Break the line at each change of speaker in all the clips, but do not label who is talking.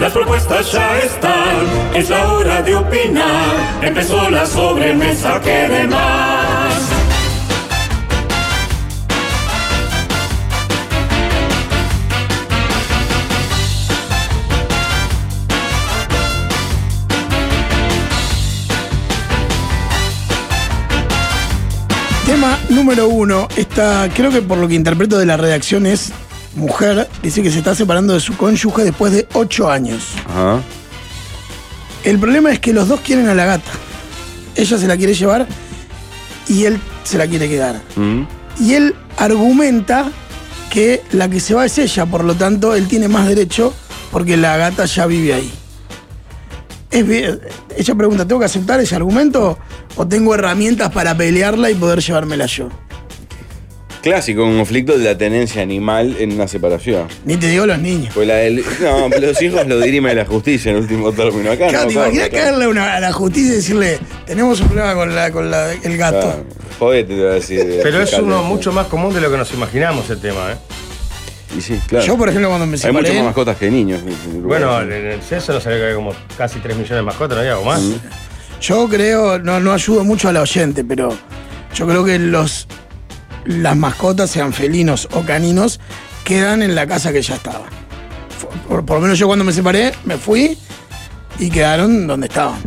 las propuestas ya están, es la hora de opinar. Empezó la sobremesa que de más.
Tema número uno, esta, creo que por lo que interpreto de la redacción es mujer, dice que se está separando de su cónyuge después de ocho años.
Ajá.
El problema es que los dos quieren a la gata. Ella se la quiere llevar y él se la quiere quedar.
Mm.
Y él argumenta que la que se va es ella, por lo tanto él tiene más derecho porque la gata ya vive ahí. Es bien- ella pregunta, ¿tengo que aceptar ese argumento o tengo herramientas para pelearla y poder llevármela yo?
Clásico, un conflicto de la tenencia animal en una separación.
Ni te digo los niños.
Pues la del- No, pero los hijos lo dirime la justicia en último término. Acá
Claro,
no,
¿te
claro,
imaginas
claro.
caerle a una- a la justicia y decirle, tenemos un problema con, la, con la- el gato?
Claro. Jodete, te voy a decir.
Pero es
fíjate.
uno mucho más común de lo que nos imaginamos el tema, ¿eh?
Y sí, claro.
Yo, por ejemplo, cuando me
Hay muchas
separé,
más mascotas que niños. en Uruguay.
Bueno, eh. en el censo no sabía que había como casi 3 millones de mascotas, ¿no había o más?
yo creo, no, no ayudo mucho a la oyente, pero yo creo que los las mascotas, sean felinos o caninos, quedan en la casa que ya estaba. Por- Por, por lo menos yo cuando me separé, me fui y quedaron donde estaban.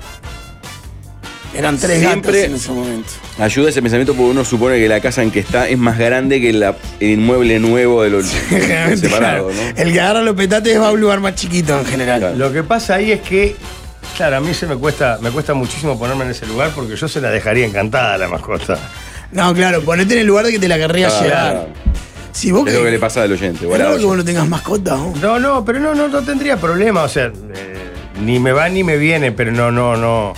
Eran tres
Siempre-
gatos en ese momento.
Ayuda ese pensamiento porque uno supone que la casa en que está es más grande que la- el inmueble nuevo del del
Generalmente,
separado,
claro,
¿no?
El que agarra los petates va a un lugar más chiquito en general.
Claro.
Lo que pasa ahí es que, claro, a mí se me cuesta, me cuesta muchísimo ponerme en ese lugar porque yo se la dejaría encantada a la mascota.
No, claro, ponete en el lugar de que te la querrías
Claro,
llevar. Si vos
Es lo que le pasa al oyente.
Es raro que vos
boludo.
no tengas mascotas, vos.
No, no, pero no, no, no tendría problema, o sea, eh, ni me va ni me viene, pero no, no, no.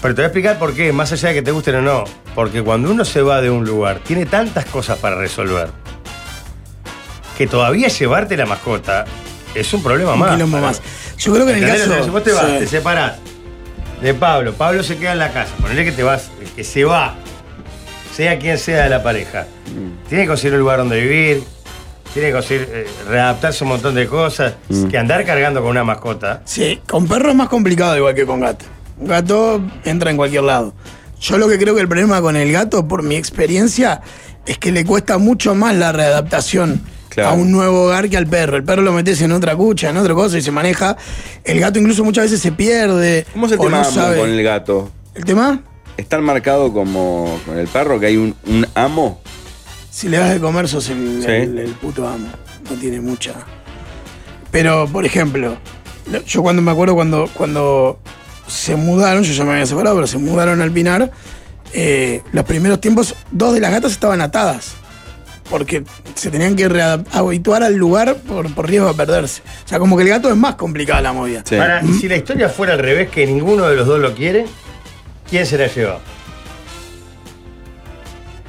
Pero te voy a explicar por qué, más allá de que te gusten o no, porque cuando uno se va de un lugar, tiene tantas cosas para resolver, que todavía llevarte la mascota es un problema
Un
más.
quilombo
para-
más. Yo creo que en el
¿Entendés? O sea,
caso.
si vos te vas,
sí.
te separás de Pablo, Pablo se queda en la casa, ponele que te vas, que se va, sea quien sea de la pareja,
Mm.
tiene que conseguir un lugar donde vivir, tiene que conseguir eh, readaptarse a un montón de cosas,
Mm.
que andar cargando con una mascota.
Sí, con perro es más complicado igual que con gato. Un gato entra en cualquier lado. Yo lo que creo que el problema con el gato, por mi experiencia, es que le cuesta mucho más la readaptación
Claro.
a un nuevo hogar que al perro. El perro lo metes en otra cucha, en otra cosa y se maneja. El gato incluso muchas veces se pierde.
¿Cómo es el
o
tema
no sabe.
con el gato?
¿El tema?
¿Es tan marcado como con el perro que hay un, un amo?
Si le das de comer, sos el,
Sí.
el- el puto amo. No tiene mucha. Pero, por ejemplo, lo- yo cuando me acuerdo cuando, cuando se mudaron, yo ya me había separado, pero se mudaron al Pinar, eh, los primeros tiempos, dos de las gatas estaban atadas. Porque se tenían que readap- habituar al lugar por, por riesgo de perderse. O sea, como que el gato es más complicada la movida.
Sí.
Ahora, y si la historia fuera al revés, que ninguno de los dos lo quiere, ¿quién se la lleva?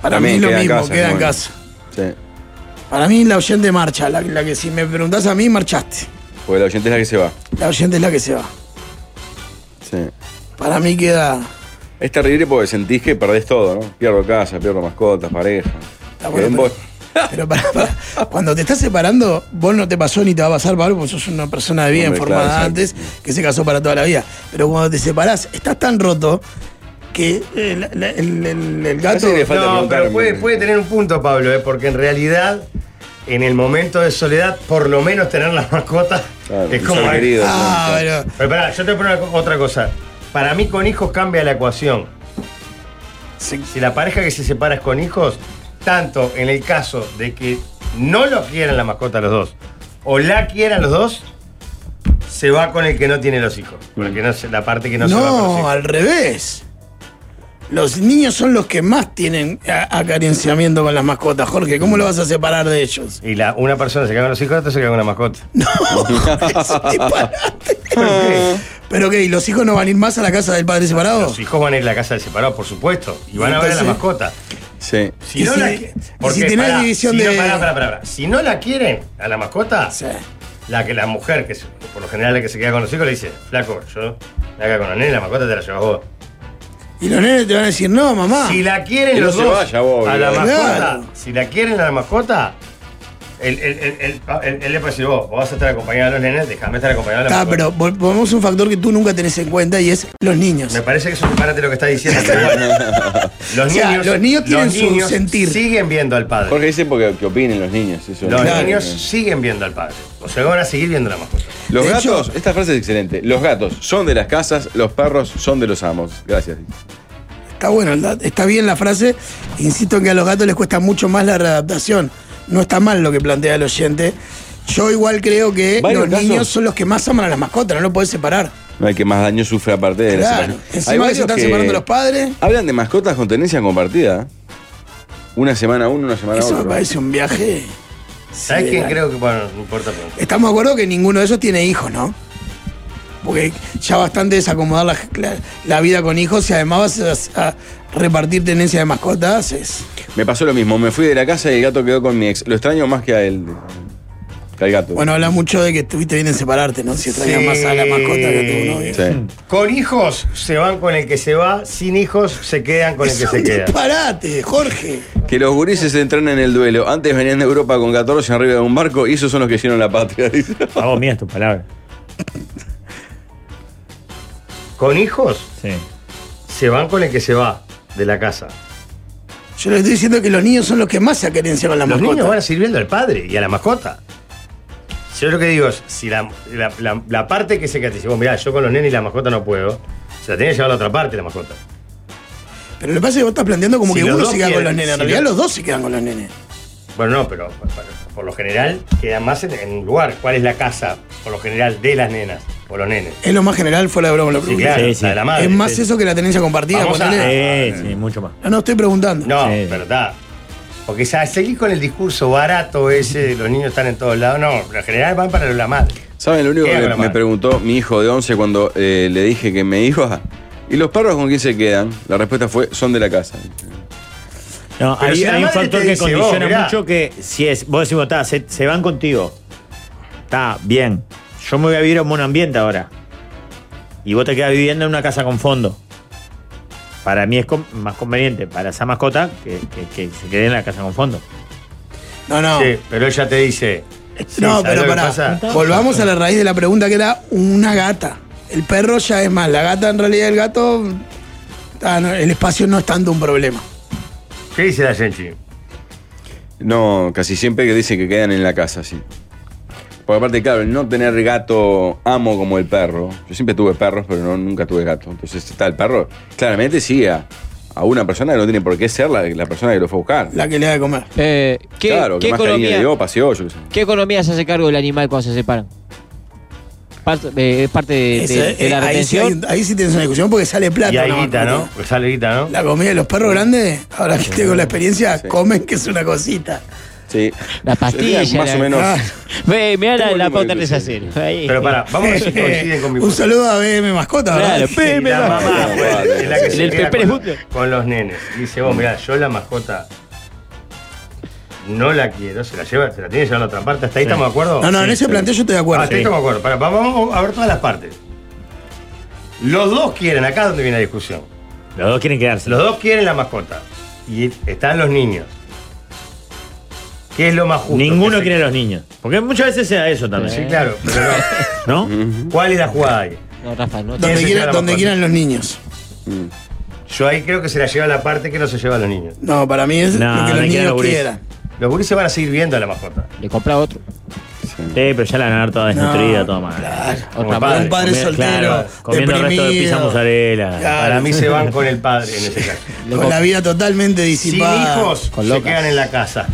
Para
También
mí es lo
queda en
mismo,
casa,
queda en
bueno.
casa.
Sí.
Para mí la oyente marcha, la, la que si me preguntás a mí, marchaste.
Porque la oyente es la que se va.
La oyente es la que se va.
Sí.
Para mí queda...
Es terrible porque sentís que perdés todo, ¿no? Pierdo casa, pierdo mascotas, pareja.
Está Ah, bueno,
Quedé en
pero-
vos.
Pero pará, pará. cuando te estás separando, vos no te pasó ni te va a pasar, Pablo, porque sos una persona de bien,
Hombre,
formada
claro,
antes, que se casó para toda la vida. Pero cuando te separás, estás tan roto que el, el- el- el- el gato.
Así le falta
no,
preguntarme.
pero puede, puede tener un punto, Pablo, ¿eh? porque en realidad, en el momento de soledad, por lo menos tener la mascota
Claro,
es
un
como.
ser querido.
Ah, pero.
Pero pará, yo te voy a poner una co- otra cosa. Para mí, con hijos cambia la ecuación.
se-
Si la pareja que se separa es con hijos, tanto en el caso de que no lo quieran la mascota los dos, o la quieran los dos, se va con el que no tiene los hijos. Con el que no se- la parte que no,
Mm. No,
se va con los hijos.
al revés. Los niños son los que más tienen a- acariciamiento con las mascotas, Jorge. ¿Cómo lo vas a separar de ellos?
Y la, una persona se queda con los hijos, la otra se queda con la mascota.
Es un disparate. Pero qué, ¿y los hijos no van a ir más a la casa del padre separado?
Los hijos van a ir a la casa del separado, por supuesto. Y van a ver a la
Entonces-
mascota.
Sí.
Y
Si no
si-
la
y
qui-
si
porque,
tenés
pará,
división
si no-
de-
pará, pará, pará, pará. Si no la quieren a la mascota,
Sí.
la que la mujer, que es por lo general la que se queda con los hijos, le dice, flaco, yo me haga con la nena, la mascota te la llevas vos.
Y los nenes te van a decir, no, mamá.
Si la quieren
Que no
los
se
dos
vaya vos,
a la
boludo.
mascota,
Claro.
si la quieren a la mascota, Él, él, él, él- él- él le puede decir, vos, vos vas a estar acompañado de los nenes, déjame estar acompañado de la
Está,
mujer.
Ah, pero vol- volvemos a un factor que tú nunca tenés en cuenta y es los niños.
Me parece que es un disparate lo que está diciendo. pero bueno. los,
O sea, los niños tienen su
niños
sentir.
Siguen viendo al padre.
Jorge dice porque que opinen los niños. eso.
Los
Claro.
niños siguen viendo al padre. O sea, van a seguir viendo la mascota.
Los
De
gatos,
hecho-
esta frase es excelente. Los gatos son de las casas, los perros son de los amos. Gracias.
Está bueno, la- está bien la frase. Insisto en que a los gatos les cuesta mucho más la readaptación. No está mal lo que plantea el oyente. Yo igual creo que
Varios
los niños
casos.
son los que más aman a las mascotas, no lo podés separar.
No hay que más daño sufre aparte de la
Claro,
semana.
encima
Hay
que se
varios
están separando los padres.
Hablan de mascotas con tendencia compartida. Una semana uno, una semana
Eso me
otro.
parece un viaje.
¿Sabes quién
sideral.
creo que, bueno, no importa preguntar.
Estamos de acuerdo que ninguno de ellos tiene hijos, ¿no? Porque ya bastante desacomodar la, la- la vida con hijos y además vas a, a repartir tenencia de mascotas. Es,
Me pasó lo mismo, me fui de la casa y el gato quedó con mi ex. Lo extraño más que a él. Que al gato.
bueno, habla mucho de que estuviste bien en separarte, ¿no? Si extrañas
Sí.
más a la mascota que a tu novio.
Sí.
Con hijos se van con el que se va, sin hijos se quedan con el que
Es
se
un
queda.
disparate, Jorge.
Que los gurises entran en el duelo. Antes venían de Europa con 14 arriba de un barco y esos son los que hicieron la patria. dice.
Hago mías tus palabras.
Con hijos
Sí.
se van con el que se va de la casa.
Yo le estoy diciendo que los niños son los que más se acarencian con la
Los niños van
mascota.
a seguir viendo al padre y a la mascota. Yo lo que digo es, si la, la- la- la parte que se queda, te dice, vos mirá, yo con los nenes y la mascota no puedo, se la tiene que llevar a la otra parte la mascota.
Pero lo que pasa es que vos estás planteando como
Si
que
los
uno
dos
se queda con
quieren-
los nenes. En
si
realidad
los-
los dos se quedan con los nenes.
Bueno, no, pero por, por- por lo general quedan más en, en un lugar. ¿Cuál es la casa, por lo general, de las nenas o los nenes?
Es lo más general, fuera de broma lo
Sí,
pregunto.
claro,
Sí, sí.
la de la madre.
Es más
Sí.
eso que la tenencia compartida.
Vamos a- eh,
ponele.
Sí, sí, mucho más.
No, no, estoy preguntando.
No,
Sí.
pero está. Porque ¿sabes? seguís con el discurso barato ese, de los niños están en todos lados. No, por lo general van para la madre.
¿Saben? Lo único
Queda
que
con la
me
madre.
preguntó mi hijo de 11 cuando eh, le dije que me iba. ¿Y los perros con quién se quedan? La respuesta fue, son de la casa.
No,
Pero
hay,
si la
hay un
madre
factor
te
que
dice,
condiciona
vos, mirá.
mucho que si es, vos decís, vos, tá, se, se van contigo. Está bien. Yo me voy a vivir a un ambiente ahora. Y vos te quedas viviendo en una casa con fondo. Para mí es com- más conveniente para esa mascota que, que- que se quede en la casa con fondo.
No, no.
Sí, pero ella te dice. sí,
no,
¿sabés
pero
lo que
pará.
pasa?
Volvamos a la raíz de la pregunta que era una gata. El perro ya es más. La gata, en realidad, el gato. ah, no, el espacio no es tanto un problema.
¿Qué dice la gente?
No, casi siempre que dicen que quedan en la casa, sí. Por aparte, claro, el no tener gato amo como el perro. Yo siempre tuve perros, pero no, nunca tuve gato. Entonces está el perro. Claramente sigue a, a una persona que no tiene por qué ser la, la persona que lo fue a buscar.
La que le da de comer.
Eh, ¿qué,
claro,
qué
que más cariño le
economía,
dio, paseó, yo qué sé.
¿Qué economía se hace cargo del animal cuando se separan? Part- eh, Es parte de,
Esa,
de- de
eh,
la
ahí, sí, hay-
retención.
ahí sí tienes una discusión porque sale plata.
Y hay
una
guita,
mascota.
Ah, ¿no? Porque sale guita, ¿no?
La comida de los perros grandes, ahora que tengo la experiencia,
Sí.
comen que es una cosita.
Sí. Sería
La pastilla.
Más
la-
o menos.
Ah,
Ve, mirá la,
Tengo
la
el
pauta
número
de
que
esa
sí.
serie. Ahí.
Pero pará, vamos a ver si coinciden con mi
Eh, un saludo a BM Mascota, ¿verdad?
Claro,
Sí,
PM,
la
la-
mamá, bueno, es la que
En
se
el
queda
Pérez
con,
Butler.
con los nenes. Dice, vos, mirá, yo la mascota no la quiero, se la lleva, se la tiene que llevar a la otra parte. ¿Hasta ahí estamos de acuerdo?
No, no, en ese planteo yo estoy de acuerdo.
Ah, estoy de acuerdo. Pará, pará, vamos a ver todas las partes. Los dos quieren, acá es donde viene la discusión.
Los dos quieren quedarse.
Los dos quieren la mascota. Y están los niños. ¿Qué es lo más justo?
Ninguno
Que se-
quiere a los niños. Porque muchas veces sea eso también.
Sí, claro, pero no.
¿No?
¿Cuál es la jugada ahí?
No, Rafa, no.
¿Quién
Donde,
se
quieran,
lleva la
donde
mascota?
quieran los niños.
Yo ahí creo que se la lleva la parte que no se lleva a los niños.
No, para mí es
No,
lo que
no
los
quieren
niños
los gurises.
quieran.
Los gurises van a seguir viendo a la mascota.
Le compra otro.
Sí, pero ya la van a ver toda desnutrida, toda mal.
Claro.
Otra
Como
madre.
padre.
Un padre
Comiendo-
soltero,
claro, comiendo el resto de pizza
deprimido,
mozzarella.
Claro.
Para mí se van con el padre en ese caso.
con la vida totalmente
Sin
disipada.
hijos,
Con
se
locas.
quedan en la casa.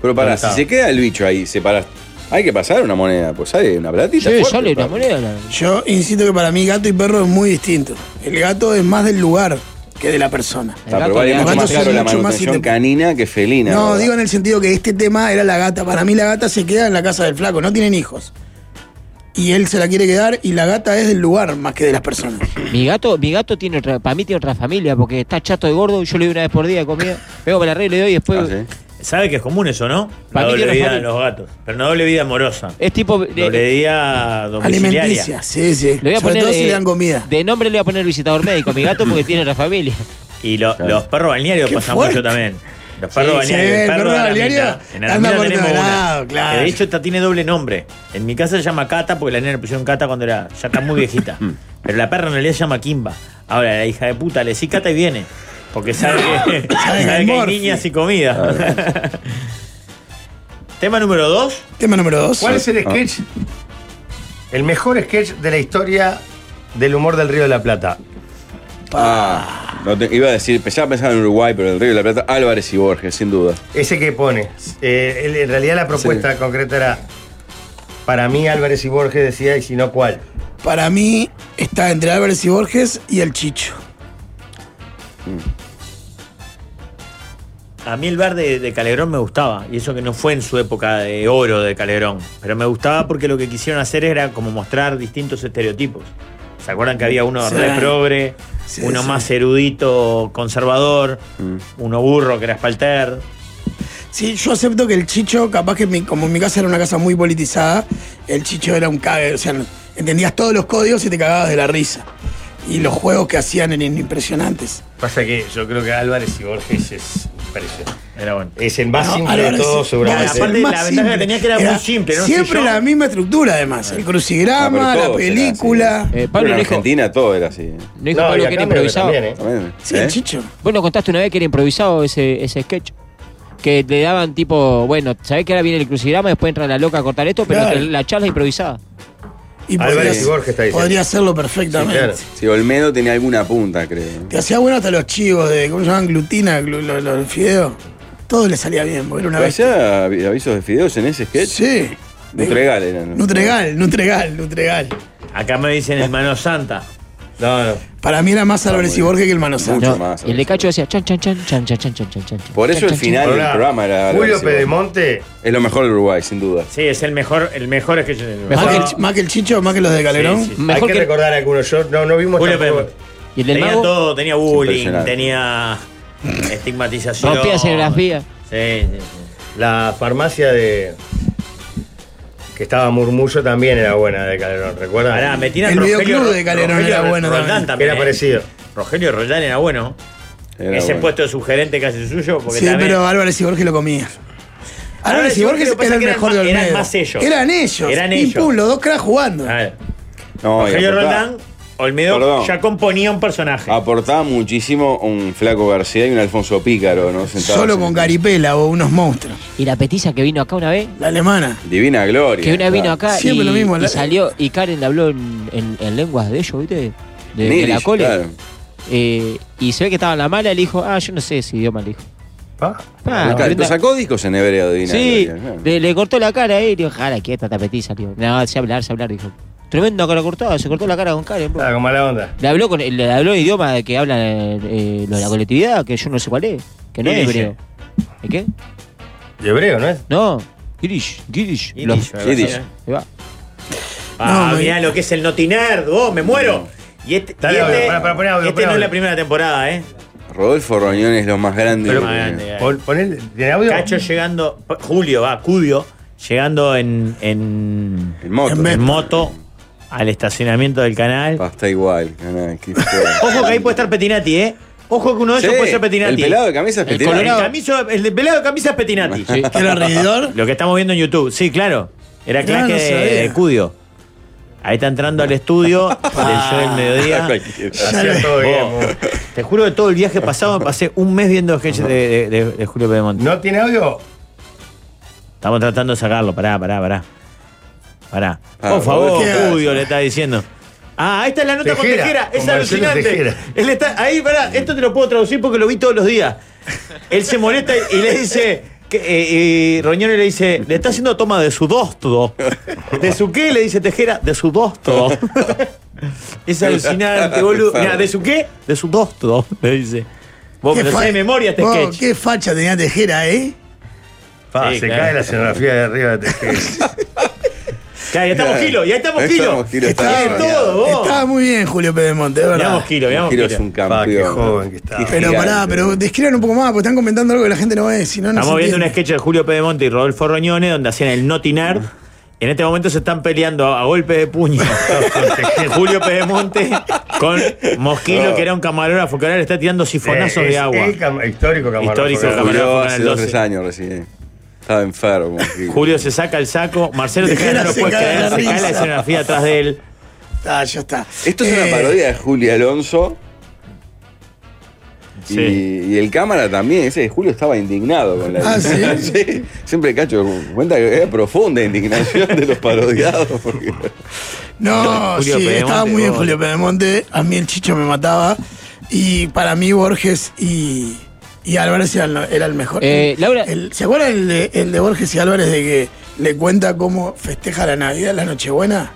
Pero pará, si
Contado.
se queda el bicho ahí, se para. Hay que pasar una moneda, pues hay una platita.
Che,
fuerte,
sale una
papá.
moneda. la-
Yo insisto que para mí gato y perro es muy distinto. El gato es más del lugar que de la persona.
El
Está, pero
gato
vale
le da
mucho
gatos
más
son
caro la
mucho más
manutención
indep-
canina que felina.
No,
¿verdad?
digo en el sentido que este tema era la gata. Para mí la gata se queda en la casa del flaco, no tienen hijos. Y él se la quiere quedar y la gata es del lugar más que de las personas.
Mi gato, mi gato tiene otra, para mí tiene otra familia, porque está chato de gordo, yo le doy una vez por día de comida, pego para la red y le doy y después.
Ah, ¿sí?
¿Sabe que es común eso, no? La
Para mí
doble
tiene
vida
razón.
de los gatos. Pero una doble vida amorosa.
Es tipo.
Doble
le-
vida domiciliaria.
Alimenticia, sí, sí.
le voy
Sobre
a poner,
todo si
eh,
le dan comida.
De nombre le voy a poner visitador médico a mi gato porque tiene otra familia.
Y lo- los perros balnearios
Qué
pasan
fuerte.
mucho también. Los perros
Sí,
balnearios.
sí,
el
el
perro
perro
de Alameda.
balneario
En
anda
Alameda
por
tenemos
todos
una.
lados, claro.
Que de hecho, esta tiene doble nombre. En mi casa se llama Cata porque la nena le pusieron Cata cuando era. Ya está muy viejita.
Mm.
Pero la perra en realidad se llama Kimba. Ahora, la hija de puta le decís Cata y viene. Porque sabe que, sabe que
hay
hay
Ah. morfi.
niñas y comida. Tema número dos.
Tema número dos.
¿Cuál es el sketch? El mejor sketch de la historia del humor del Río de la Plata.
Ah, no te- iba a decir, empezaba a pensar en Uruguay, pero el Río de la Plata, Álvarez y Borges, sin duda.
Ese que pone. Eh, él- en realidad la propuesta concreta era. Para mí, Álvarez y Borges decía, y si no, ¿cuál?
Para mí está entre Álvarez y Borges y el Chicho.
A mí el bar de, de Calegrón me gustaba, y eso que no fue en su época de oro de Calegrón, pero me gustaba porque lo que quisieron hacer era como mostrar distintos estereotipos. ¿Se acuerdan que había uno
Sí.
re progre,
Sí, Mm.
uno
sí.
más erudito conservador, uno burro que era espalter?
Sí, yo acepto que el Chicho, capaz que mi- como mi casa era una casa muy politizada, el Chicho era un cague, o sea, no- entendías todos los códigos y te cagabas de la risa. Y los juegos que hacían eran impresionantes.
Pasa que yo creo que Álvarez y Borges es impresionante.
Era bueno.
Es el más
No,
simple de
Álvarez-
todos,
Nada,
seguramente.
aparte
el
la
más
ventaja que tenía que era muy simple, no sé
Siempre
yo.
la misma estructura, además. El
Ah,
crucigrama,
pero
la
todo era
película.
así.
Eh, Pablo
Pero en
dijo-
Argentina todo era así. ¿eh?
No dijo
No, y
Pablo
acá
que era
medio que
improvisado.
también, ¿eh?
También,
Sí,
¿eh?
el Chicho.
Vos nos contaste una vez que era improvisado ese, ese sketch. Que le daban tipo, bueno, sabés que ahora viene el crucigrama, después entra la loca a cortar esto, pero
Claro.
te- la charla es improvisada.
Y
Álvarez
podrías-
y Borges está diciendo.
podría hacerlo perfectamente.
claro.
Sí, Olmedo tenía alguna punta, creo.
Te hacía bueno hasta los chivos de, ¿cómo se llaman? Glutina, glu- lo- lo- los fideos. Todo le salía bien, porque era una
Pero
vez.
hacía avi- avisos de fideos en ese sketch?
Sí.
Nutregal eran.
Nutregal, Nutregal, Nutregal.
Acá me dicen el mano santa.
No, no.
Para mí era más Álvarez y
bueno.
Borges que el Mano Santo.
Mucho
No,
más,
y el de
seguro.
Cacho decía chan, chan, chan, chan, chan, chan, chan, chan, chan.
Por eso
Chan,
el
chan,
final del
Ahora,
programa era.
Julio
Álvarez y Borges.
Pedemonte
Es lo mejor del Uruguay, sin duda.
Sí, es el mejor, el mejor sketch del
Más,
Mejor
que el,
mundo.
chi- más que el Chicho, más que los de Calderón.
Ah. Sí, sí.
Mejor
Hay que,
que-
recordar algunos. Yo no, no vimos
Julio
tampoco-
Pérez.
Y el del
tenía
mago
todo, tenía bullying,
impresionante.
tenía estigmatización.
rompía serigrafía.
Sí, sí, sí.
La farmacia de. Que estaba Murmullo también era buena de Calderón, ¿recuerdan?
Pará, me tiran
El
Rogelio-
videoclub de Calderón
Rogelio
era bueno
Roldán
también.
también.
Era
¿eh?
parecido.
Rogelio Roldán era bueno.
Era
Ese
bueno.
puesto de sugerente casi suyo. Porque
Sí,
también-
pero Álvarez y Borges lo comía. Álvarez y Borges
lo que pasa
era el
es que
mejor de
eran más-
Olmedo.
eran más ellos.
Eran ellos.
Eran
Y
ellos. Ah,
pum, los dos caras jugando.
A ver,
No, y
Rogelio
aportaba-
Roldán, Olmedo
Perdón. Ah,
ya componía un personaje.
Aportaba muchísimo un Flaco García y un Alfonso Pícaro, ¿no? Sentados
Solo
en-
con Garipela o unos monstruos.
y la petiza que vino acá una vez.
La alemana.
Divina Gloria.
Que una vino
claro.
acá
Siempre
y,
lo mismo,
y
la-
salió y Karen le habló en, en- en lenguas de ellos, ¿viste? De, de
Nirish,
la cole. Ah,
claro.
Eh, y se ve que estaba en la mala, le dijo, ah, yo no sé ese idioma, le dijo.
Ah,
Ah,
Acá,
tremenda-
Sacó discos en hebreo, Divina
Sí,
Gloria, claro.
le, le cortó la cara ahí, y dijo, jala, quieta, tapetiza, salió. No, sé hablar, sé hablar, dijo. Tremendo cara cortada, se cortó la cara con Karen, bro.
estaba Ah, con mala onda.
Le habló con le habló el idioma que hablan eh, lo de la colectividad, que yo no sé cuál es, que no es
Yiddish.
hebreo. ¿Y qué?
Y hebreo, ¿no es?
No, Girish, Girish.
Y
Los-
dicho, algo así,
Yiddish.
¿eh?
Ahí va.
Ah,
No, me-
mirá lo que es el Notinerd, vos, me muero. Y este,
Dale,
y este-
audio, pará, pará, poné audio,
este
poné
no es
audio.
la primera temporada, ¿eh?
Rodolfo Roñón es lo más grande.
Pero-
que-
Más grande, eh.
Pon, ponele- ¿Tiene audio?
Cacho llegando, Julio, va, Cudio, llegando en, en,
En moto.
En
en moto al estacionamiento del canal.
Pasta Ah, igual. canal, qué feo.
Ojo que ahí puede estar Petinati, ¿eh? Ojo que uno de ellos
Sí,
puede ser Petinati.
El pelado de camisa es
El
Petinati.
El,
colorado.
camiso- el de pelado de camisa es Petinati.
Sí.
Que era reidor.
Lo que estamos viendo en YouTube. Sí, claro. Era
Claro,
clase
no
de,
sabía.
de Cudio. Ahí está entrando al estudio del show del
Ah,
mediodía.
Hacía todo bien.
Vos,
vos.
te juro que todo el viaje pasado me pasé un mes viendo sketches de, de- de- de Julio Pedemonte.
¿No tiene audio?
Estamos tratando de sacarlo. Pará, pará, pará. Pará.
Ah,
Por favor,
¿qué haces?
Cudio le está diciendo. Ah, esta es la nota
Tejera,
con Tejera. Es
con Marcelo
alucinante.
Tejera.
Él está ahí, pará. Esto te lo puedo traducir porque lo vi todos los días. Él se molesta y le dice. que, eh, eh, Roñone le dice, le está haciendo toma de su dóstodo. ¿De su qué? Le dice Tejera, de su dóstodo. Es alucinante, boludo. Mirá, ¿de su qué? De su dóstodo, le dice. Vos me lo
fa-
sabés de memoria este
Vos,
sketch.
Qué facha tenía Tejera, ¿eh?
Pa,
Sí,
se
claro.
cae la escenografía de arriba de Tejera.
Claro, y ahí estamos kilo, y ahí estamos
Ahí
kilo.
estamos, Kilo, está
Tiene
bien.
todo, vos.
Estaba muy bien Julio Pedemonte, es verdad.
Veamos kilo, veamos
Giro
kilo.
es un
Pa,
campeón.
qué joven que estaba.
Qué
Pero
gigante.
pará, pero describan un poco más, porque están comentando algo que la gente no ve. Si no, no
Estamos
se
viendo un
entiende.
sketch de Julio Pedemonte y Rodolfo Roñone donde hacían el Notinar En este momento se están peleando a, a golpe de puño Julio Pedemonte con Mosquino,
No.
que era un camarógrafo, que ahora le está tirando sifonazos
Eh,
de
es
agua.
el cam- histórico camarógrafo.
Histórico
Claro.
camarógrafo.
Murió
Camarón
hace
el
dos
12.
tres años recién. Estaba enfermo.
Julio se saca el saco, Marcelo te
Dejala
no lo
se
puedes
cae de
creer,
la
se cae la
risa.
escenografía atrás de él.
Ah, ya está.
Esto es
Eh,
una parodia de Julio Alonso. Y-
Sí.
Y, el cámara también, ese de Julio estaba indignado con la
Ah, ¿sí?
Sí. Siempre cacho cuenta que era profunda indignación de los parodiados. porque-
No,
Julio
sí,
Pedemonte,
estaba muy bien
vos.
Julio Pedemonte. A mí el Chicho me mataba. Y para mí Borges y, y Álvarez eran lo- era, el mejor.
Eh, Laura-
El- ¿Se acuerdan el de, el de Borges y Álvarez de que le cuenta cómo festeja la Navidad, la Nochebuena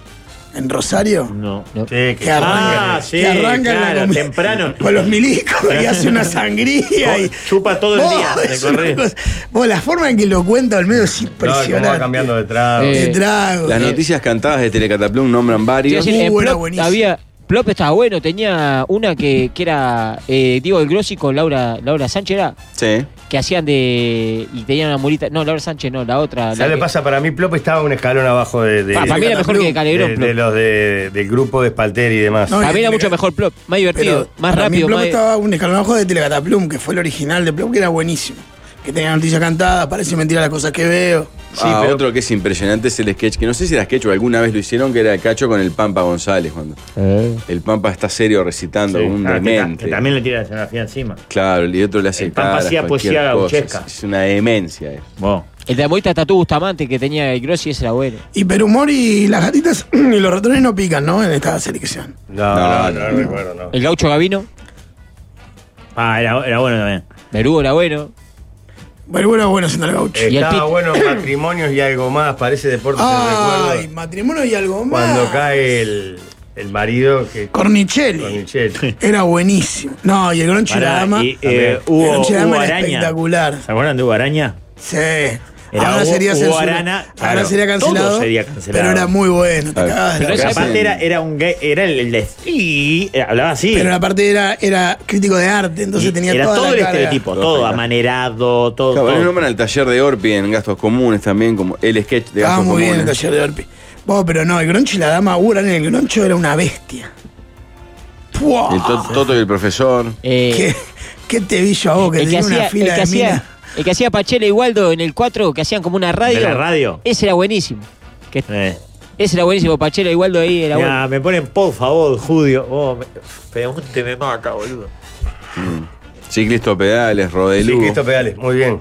en Rosario?
No.
Sí,
Que
que
arranca,
Ah, sí,
que arranca en la
claro,
comi-
temprano.
Con los milicos y hace una sangría. y,
Chupa todo el
Vos,
día de
es una
correr.
cosa- vos, la forma en que lo cuenta Olmedo es
No,
impresionante.
cómo va cambiando de trago.
Eh,
De trago.
Las noticias cantadas de Telecataplum nombran
Te iba a
varios.
decir,
Uh,
en
era
Plop
buenísimo.
había. Plop estaba bueno, tenía una que, que era eh, Diego el Grossi con Laura, Laura Sánchez, era,
Sí.
que hacían de. y tenían una murita. No, Laura Sánchez no, la otra.
¿Sabes
la
lo
que-
que pasa? Para mí Plop estaba un escalón abajo de, de-
Ah, para mí era mejor que Calegrón
de-
Plop.
de los de- del grupo de Spalter y demás.
No,
para mí era
Teleca-
mucho mejor Plop, más divertido,
Pero
más
para mí
rápido,
Plop
más.
estaba un escalón abajo de Telecataplum, que fue el original de Plop, que era buenísimo. Que tenía noticias cantadas, parece mentira las cosas que veo.
Sí,
Ah,
pero-
otro que es impresionante es el sketch, que no sé si era sketch o alguna vez lo hicieron, que era el cacho con el Pampa González. cuando El Pampa está serio recitando
Sí.
como un
Ah, que ta-
demente.
que también le tira la escenografía encima.
Claro, y otro le hace
El Pampa
caras,
hacía
cualquier
poesía
cosa.
gauchesca.
Es una demencia. eso.
Vos.
El de la morita Tatú Bustamante que tenía el Grossi, ese era bueno.
Y Perumor y las gatitas y los ratones no pican, ¿no? En esta selección.
No,
No,
no, no,
no, no.
recuerdo, no.
El gaucho Gavino,
Ah, era, era bueno también.
Berugo era bueno.
Pero bueno, bueno, siendo el
Eh,
gaucho.
Y el
Estaba
pit-
bueno matrimonios y algo más, parece deporte se
Ay,
recuerdo.
matrimonio y algo más.
Cuando cae el, el marido que con
Cornicelli.
Michelle.
Era buenísimo. No, y el gran
Pará,
Chirama.
y,
También.
eh, hubo,
el gran
hubo
era
araña.
espectacular.
¿Se acuerdan de Hugo Araña?
Sí.
Era
ahora
Hugo-
sería
Hugo
censura-
Arana,
ahora
claro.
sería
Todo
cancelado,
sería cancelado.
Pero era muy bueno. te
Claro.
cagabas de
Pero
la
esa
risa.
Capaz
hacen-
era, era un gay, era el, el de sí, eh, hablaba así.
Pero la parte era, era crítico de arte, entonces
Y
tenía
era
toda
todo
la
el
carga.
estereotipo, todo,
Lógica.
amanerado, todo.
Claro,
todo.
lo nombran al taller de Orpi en gastos comunes también, como el sketch
Ah,
de gastos
Estaba muy
comunes.
bien el taller de Orpi. Vos, pero no, el Gronchi y la dama Uran en el Groncho era una bestia. ¡Puah!
El
Ah.
to- Toto y el profesor.
Eh,
¿Qué, qué te vi yo a vos que
el que
tenía
hacía,
una
el que
fila de
hacía,
minas?
el que hacía Pachela y Waldo en el 4, que hacían como una radio.
De la radio.
Ese era buenísimo. Que-
Eh.
ese era buenísimo, Pachela y Waldo ahí era bueno.
Mirá, me ponen por favor, Judio. Oh, me, Pedemonte me mata, boludo.
Ciclisto Pedales,
Sí,
Rodelú,
Cristo Pedales, muy bien.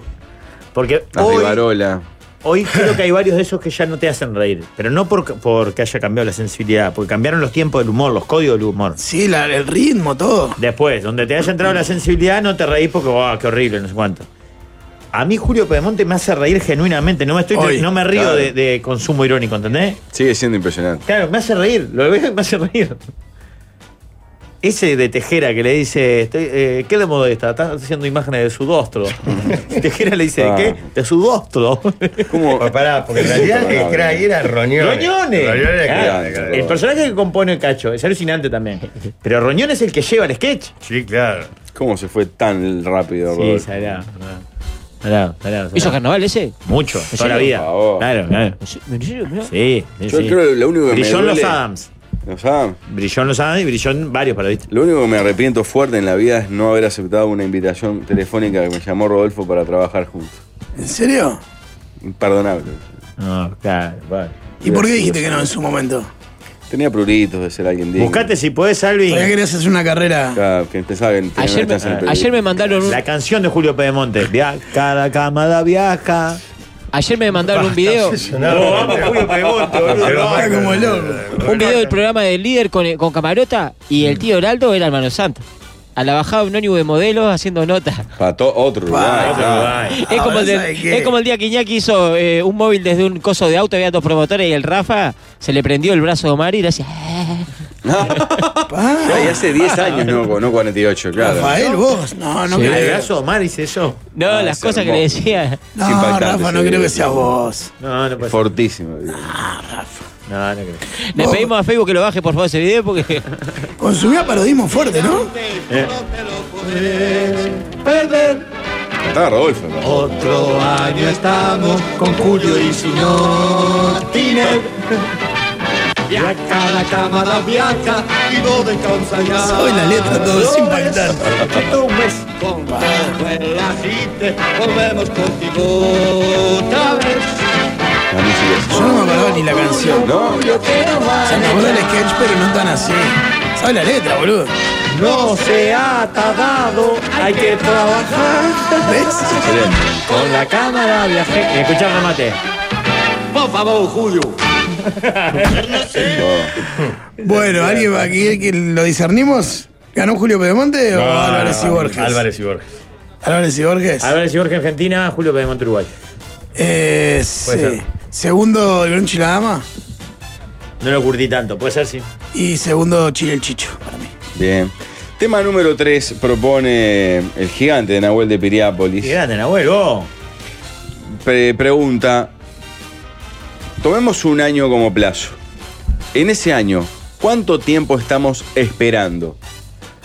Porque hoy,
Arribarola.
hoy creo que hay varios de esos que ya no te hacen reír. Pero no por, porque haya cambiado la sensibilidad, porque cambiaron los tiempos del humor, los códigos del humor.
Sí, la- el ritmo, todo.
Después, donde te haya entrado la sensibilidad, no te reís porque, oh, qué horrible, no sé cuánto. A mí Julio Pedemonte me hace reír genuinamente, no me, estoy,
Hoy,
no me río
claro.
de, de consumo irónico, ¿entendés?
Sigue siendo impresionante.
Claro, me hace reír, lo veo y me hace reír. Ese de Tejera que le dice, estoy, eh, ¿qué de modo está? Estás haciendo imágenes de sudostro. Tejera le dice,
Ah.
¿qué? De sudostro.
¿Cómo?
Pues pará, porque en realidad el que era ahí era Roñones.
Roñones.
Roñones era
Claro.
grande, claro.
El personaje que compone Cacho es alucinante también. Pero Roñón es el que lleva el sketch.
Sí, claro.
¿Cómo se fue tan rápido,
Sí,
Rodolfo?
sagrado. Sagrado, sagrado.
¿Hizo
sagrado.
carnaval ese?
Mucho, toda la
serio?
vida.
Por favor.
Claro, claro.
¿En serio? ¿En serio? Mirá.
Sí, sí,
Yo
sí.
creo que lo único que me
Brilló en los
duele-
Adams.
¿No saben?
Brilló en los Adams y brilló en varios periodistas.
Lo único que me arrepiento fuerte en la vida es no haber aceptado una invitación telefónica que me llamó Rodolfo para trabajar juntos.
¿En serio?
Imperdonable.
No, claro, bueno.
¿Y por qué dijiste que no en su momento?
Tenía pruritos de ser alguien digno.
Buscate si podés, Alvin,
Todavía querías hacer una carrera.
Claro, que pensaba que tenía
Ayer
una
me,
chance en el periodismo.
ayer me mandaron un,
la canción de Julio Pedemonte. Via- Cada cámara viaja.
ayer me mandaron un video,
No, vamos, Julio Pedemonte, boludo.
Estaba Ah, como loco.
un video del programa del líder con, con Camarota y
Mm.
el tío Heraldo era hermano santo. A la bajada de un ónibus de modelos haciendo nota.
Para to- otro lugar. claro.
Es como,
Ahora,
el de-
¿sabe qué?
es como el día que Iñaki hizo eh, un móvil desde un coso de auto, había dos promotores y el Rafa se le prendió el brazo de Omar y le hacía. "Ah".
Ya, y hace 10 años, no, no 48, claro.
Rafael, vos. No, no
Sí.
El
creo.
brazo de Omar hice yo.
No,
Ah,
las
es
cosas que
hermoso.
le decía.
No,
Es impactante
Rafa, no
ese
creo que
video.
seas vos.
No, no puede ser.
Fortísimo. digo.
No, no creo.
Le
Vos-
pedimos a Facebook que lo baje por favor ese video porque. eh,
Consumía parodismo fuerte, ¿no?
Perder
Estaba Rodolfo. ¿no?
Oh.
Otro año estamos con Julio y su Tiner. Y a cada cama la viaja y no descansa ya.
Soy la letra, todo es impactante.
Con todo el agite, volvemos contigo otra vez.
La música
Yo no me acordaba ni la canción.
¿No?
O sea, me acuerdo del sketch, pero no tan así. ¿Sabes la letra, boludo?
No se ha dado, hay que trabajar.
¿Ves?
Excelente.
Con la cámara viajé.
Escuchá el remate.
Por favor, Julio.
No.
Bueno, ¿alguien va a querer que lo discernimos? ¿Ganó Julio Pedemonte o Álvarez y Borges?
Álvarez y Borges.
Álvarez y Borges.
Álvarez y Jorge Argentina, Julio Pedemonte Uruguay.
Eh,
Puede
sí.
ser.
Segundo el Gronchi la dama
No lo curtí tanto, puede ser, sí.
y segundo Chile el Chicho. para mí.
Bien. Tema número 3 propone el gigante de Nahuel de Piriápolis.
Qué grande, Nahuel, vos.
Pre- pregunta, tomemos un año como plazo. En ese año, ¿cuánto tiempo estamos esperando?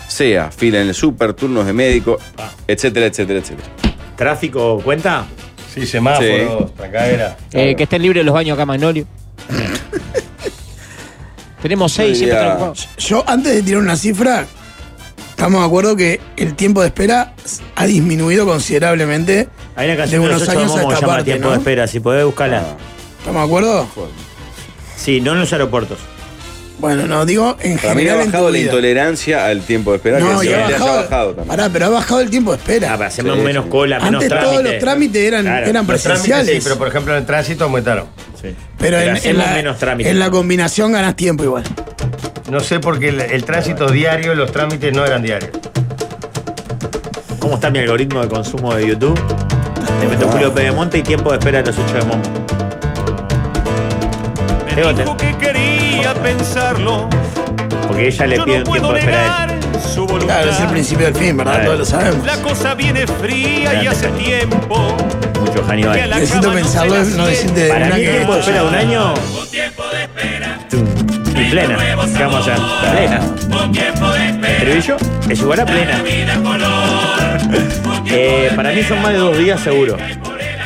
Sea fila en el super, turnos de médico, etcétera, etcétera, etcétera.
¿Tráfico cuenta?
Sí, semáforos, trancadera.
Eh, que estén libres los baños acá, Magnolio. Tenemos seis, siempre
Ya.
están ocupados.
Yo antes de tirar una cifra, estamos de acuerdo que el tiempo de espera ha disminuido considerablemente.
Hay una
De
canción de
unos
los ocho
años a
Momo que
esta
llama
parte,
Tiempo
¿no? Ah.
de Espera, si podés buscarla.
¿Estamos de acuerdo?
Sí, no en los aeropuertos.
Bueno, no, digo en
Para mí ha
general en
bajado
tu
la
vida.
intolerancia al tiempo de esperar,
No,
que
y ha
se-
bajado,
ha bajado también.
Pará, pero ha bajado el tiempo de espera.
Ah, para hacer más
Sí,
o menos
sí.
cola, menos
Antes
trámite.
todos los trámites eran,
Claro,
eran
Los trámites,
presenciales.
Sí, pero por ejemplo en el tránsito aumentaron.
sí.
pero en, en
hacemos
la,
menos trámites.
en la combinación ganas tiempo igual.
No sé por qué el, el tránsito diario, los trámites no eran diarios.
¿Cómo está mi algoritmo de consumo de YouTube? Te
Ah.
meto Julio Pedemonte y tiempo de espera de los 8 de Momo. Tengo que-
Dijo que quería pensarlo.
Porque ella le
Yo
pide
no
un tiempo
puedo
de espera a él.
negar su voluntad.
Claro, es el principio del fin, ¿verdad?
Claro.
Todos lo sabemos.
La cosa viene fría y hace tiempo.
Mucho
que a la
Hannibal.
Necesito
cama no
pensarlo,
se la
no decirte de
Para
una
mí,
que
tiempo de espera de un año. Tum. Y plena. ¿Qué vamos a hacer? Plena. Trevillo es igual a plena. Eh, para mí son más de dos días seguro.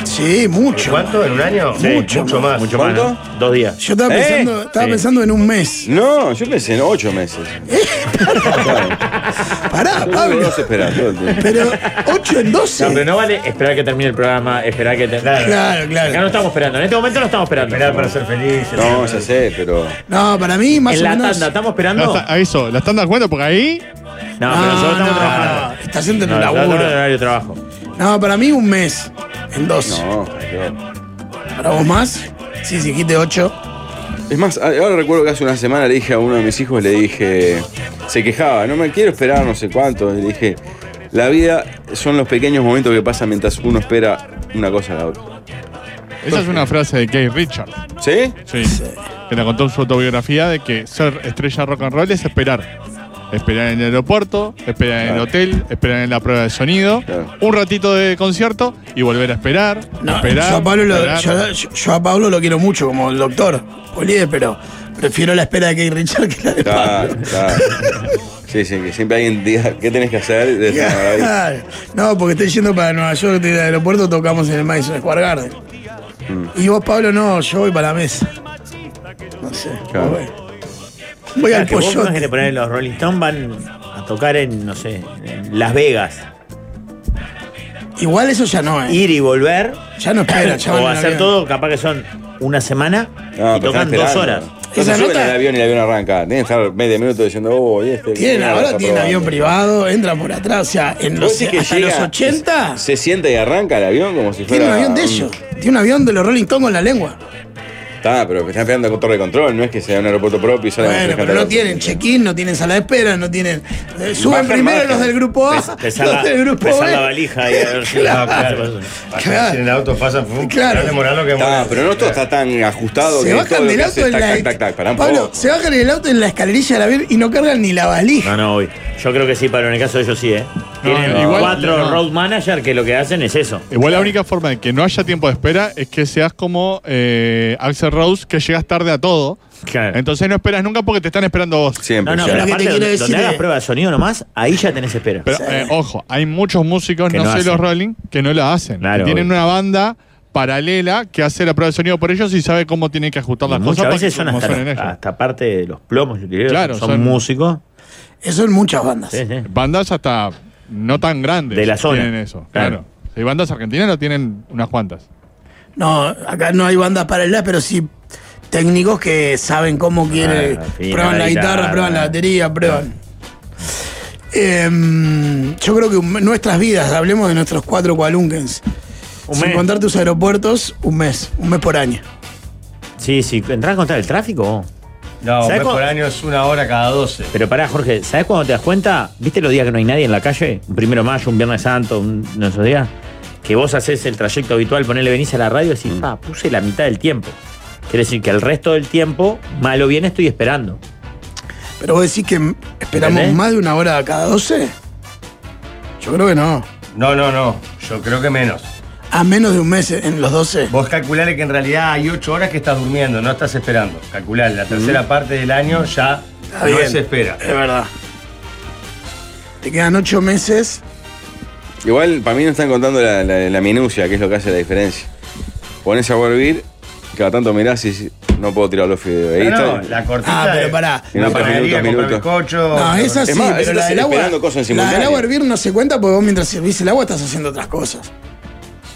Sí, mucho.
¿Cuánto? ¿En un año?
Sí,
mucho más.
Mucho más. ¿no? Dos días.
Yo estaba
¿Eh?
pensando, estaba
Sí.
pensando en un mes.
No, yo pensé en ocho meses.
Eh, Pará,
No
Pablo.
se espera todo el tiempo.
Pero 8 en
No, pero
12.
no vale esperar que termine el programa, esperar que termine.
Claro,
Acá no
claro.
estamos esperando, en este momento no estamos esperando.
Esperar para ser feliz.
No, ya sé, pero.
No, para mí más
en
o
la
menos.
tanda, ¿estamos
No,
esperando? No,
está- eso, la están dando cuenta porque ahí
pero
No,
nosotros
no,
estamos
no,
trabajando.
está haciendo
No,
un
nosotros estamos en
laburo.
horario de trabajo.
No, para mí un mes en 12.
No, claro.
¿Para vos más? Sí, sí, dijiste 8.
Es más, ahora recuerdo que hace una semana le dije a uno de mis hijos, le dije, se quejaba, no me quiero esperar no sé cuánto, y le dije, la vida son los pequeños momentos que pasan mientras uno espera una cosa a la otra.
Esa es una frase de Keith Richards,
¿Sí?
sí, que la contó en su autobiografía de que ser estrella rock and roll es esperar. Esperar en el aeropuerto, esperar en el
Claro.
hotel, esperar en la prueba de sonido,
Claro.
un ratito de concierto y volver a esperar,
No,
esperar,
yo, a Pablo lo,
esperar.
yo, yo- yo a Pablo lo quiero mucho como el doctor Polide, pero prefiero la espera de Kate Richard que la de
Claro,
Pablo.
claro. Sí, sí, que siempre alguien diga, ¿qué tenés que hacer? De esa manera.
Claro. No, porque estoy yendo para Nueva York, estoy del aeropuerto, tocamos en el Madison Square Garden.
Mm.
Y vos, Pablo, no, yo voy para la mesa. No sé.
Claro.
Voy, Voy al
Claro, que vos
pollo.
no es que te ponen los Rolling Stones van a tocar en, no sé, en Las Vegas.
Igual eso ya no, ¿eh?
Ir y volver.
Ya no espera, ya van
o
en
hacer
avión.
todo, capaz que son una semana
No,
y
pero
tocan
están
dos
esperando.
horas.
No
Esa
se suben
nota-
al avión y el avión arranca. Tienen que estar medio minuto diciendo, oh, y este.
Tienen,
nada,
ahora
está
tienen
probando".
avión privado, entran por atrás, o sea, en
¿Vos
los,
decís que
hasta
llega-
los 80
Se sienta y arranca el avión como si
tiene
fuera.
un avión de ellos. Tiene un avión de los Rolling Stones con la lengua.
Está, pero que están esperando con torre de control, no es que sea un aeropuerto propio y solamente
Bueno,
dejan
pero no
todo.
tienen check-in, no tienen sala de espera, no tienen. eh, Suben
Bajan,
primero
bajan.
los del grupo A,
Pesar,
los del
la,
grupo
pesar la
B.
valija y a ver si
Claro.
Ah,
Si en el auto pasan, fum,
Claro.
no demoran lo que
Está,
demoran.
pero no todo está tan ajustado
Se
que todo
bajan
lo
del
que
auto
hace
en
es
la.
tac, tac, tac, pará un
Pablo,
poco.
se
Ah.
bajan en el auto en la escalerilla del avión y no cargan ni la valija.
No, no, hoy. Yo creo que sí, pero en el caso de ellos sí, ¿eh? Tienen
no, igual-
cuatro
no.
road manager que lo que hacen es eso.
Igual la única forma de que no haya tiempo de espera es que seas como eh, Axel Rose, que llegas tarde a todo.
Claro.
Entonces no esperas nunca porque te están esperando a vos.
Siempre.
No, no,
Eh. sí.
pero
Lo que te
aparte
quiero
donde,
decir
donde hagas
es-
prueba de sonido nomás, ahí ya tenés espera.
Pero, eh, ojo, hay muchos músicos,
Que
no,
no
sé
hacen.
los Rolling, que no la hacen.
Claro,
que tienen
obvio.
una banda paralela que hace la prueba de sonido por ellos y sabe cómo tienen que ajustar
Y
las cosas
muchas
para
veces
que
son
como
hasta,
suenen ellos.
hasta parte de los plomos y utileros,
Claro,
son,
son-
músicos.
Eso en muchas bandas.
Sí, sí.
Bandas hasta no tan grandes
ah. De la zona.
tienen eso.
Claro.
Claro. Y bandas argentinas no tienen unas cuantas.
No, acá no hay bandas paralelas, pero sí técnicos que saben cómo quiere.
afina
prueban
la
la guitarra,
guitarra.
prueban la batería, prueban. Em, yo creo que un- nuestras vidas, hablemos de nuestros cuatro cualunkens.
Un
Sin
mes.
contar tus aeropuertos, un mes, un mes por año.
Sí, sí, entras contra el tráfico.
No,
¿Sabes
un mes
cómo-
por año es una hora cada 12.
Pero pará, Jorge, ¿sabes cuando te das cuenta? ¿Viste los días que no hay nadie en la calle? Un primero de mayo, un viernes santo, un, uno de esos días. Que vos haces el trayecto habitual, ponele venís a la radio y
Mm.
decís, pa, puse la mitad del tiempo. Quiere decir que el resto del tiempo, mal o bien, estoy esperando.
Pero vos decís que esperamos
¿Entendés?
más de una hora cada 12? Yo creo que no.
No, no, no. Yo creo que menos.
A menos de un mes en los 12.
Vos calculale que en realidad hay 8 horas que estás durmiendo, no estás esperando. Calculale, la tercera parte del año ya
Está
no
bien.
se espera.
Es
Eh,
verdad. Te quedan ocho meses
Igual, para mí no están contando la, la- la minucia, que es lo que hace la diferencia. Pones a hervir, cada tanto mirás y decís, no puedo tirar los fideos. Ahí
No, no,
está.
la cortita.
Ah, pero
de-
pará.
Una
Minutos,
panadería,
minutos,
comprar
minutos.
bizcocho.
No, esa sí,
Es más, esa
pero la
estás
del agua.
esperando cosas en
la del
simultáneo.
agua a hervir no se cuenta porque vos mientras servís el agua estás haciendo otras cosas.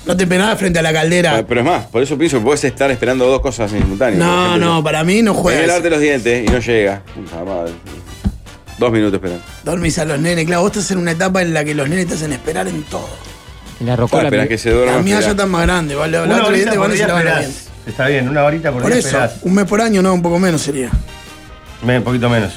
No te penás frente a la
Ah,
caldera.
Pero es más, por eso pienso, podés estar esperando dos cosas en simultáneo. Por
No,
ejemplo,
no, para mí no
Venía a
juegas.
lavarte los dientes y no llega. Puta madre. Dos minutos esperando.
Dormís a los nenes, claro, vos estás en una etapa en la que los nenes te hacen esperar en todo.
En la
Ah,
rocola.
esperás
mi-
que se duerma.
La mía
esperá.
ya está más grande, ¿vale? La
Una
otra
horita
diente
por
van y se
día
lavan los
esperás.
dientes.
Está bien, una horita por,
Por
día
eso,
esperás.
un mes por año, no, un poco menos sería.
Me- Un poquito menos.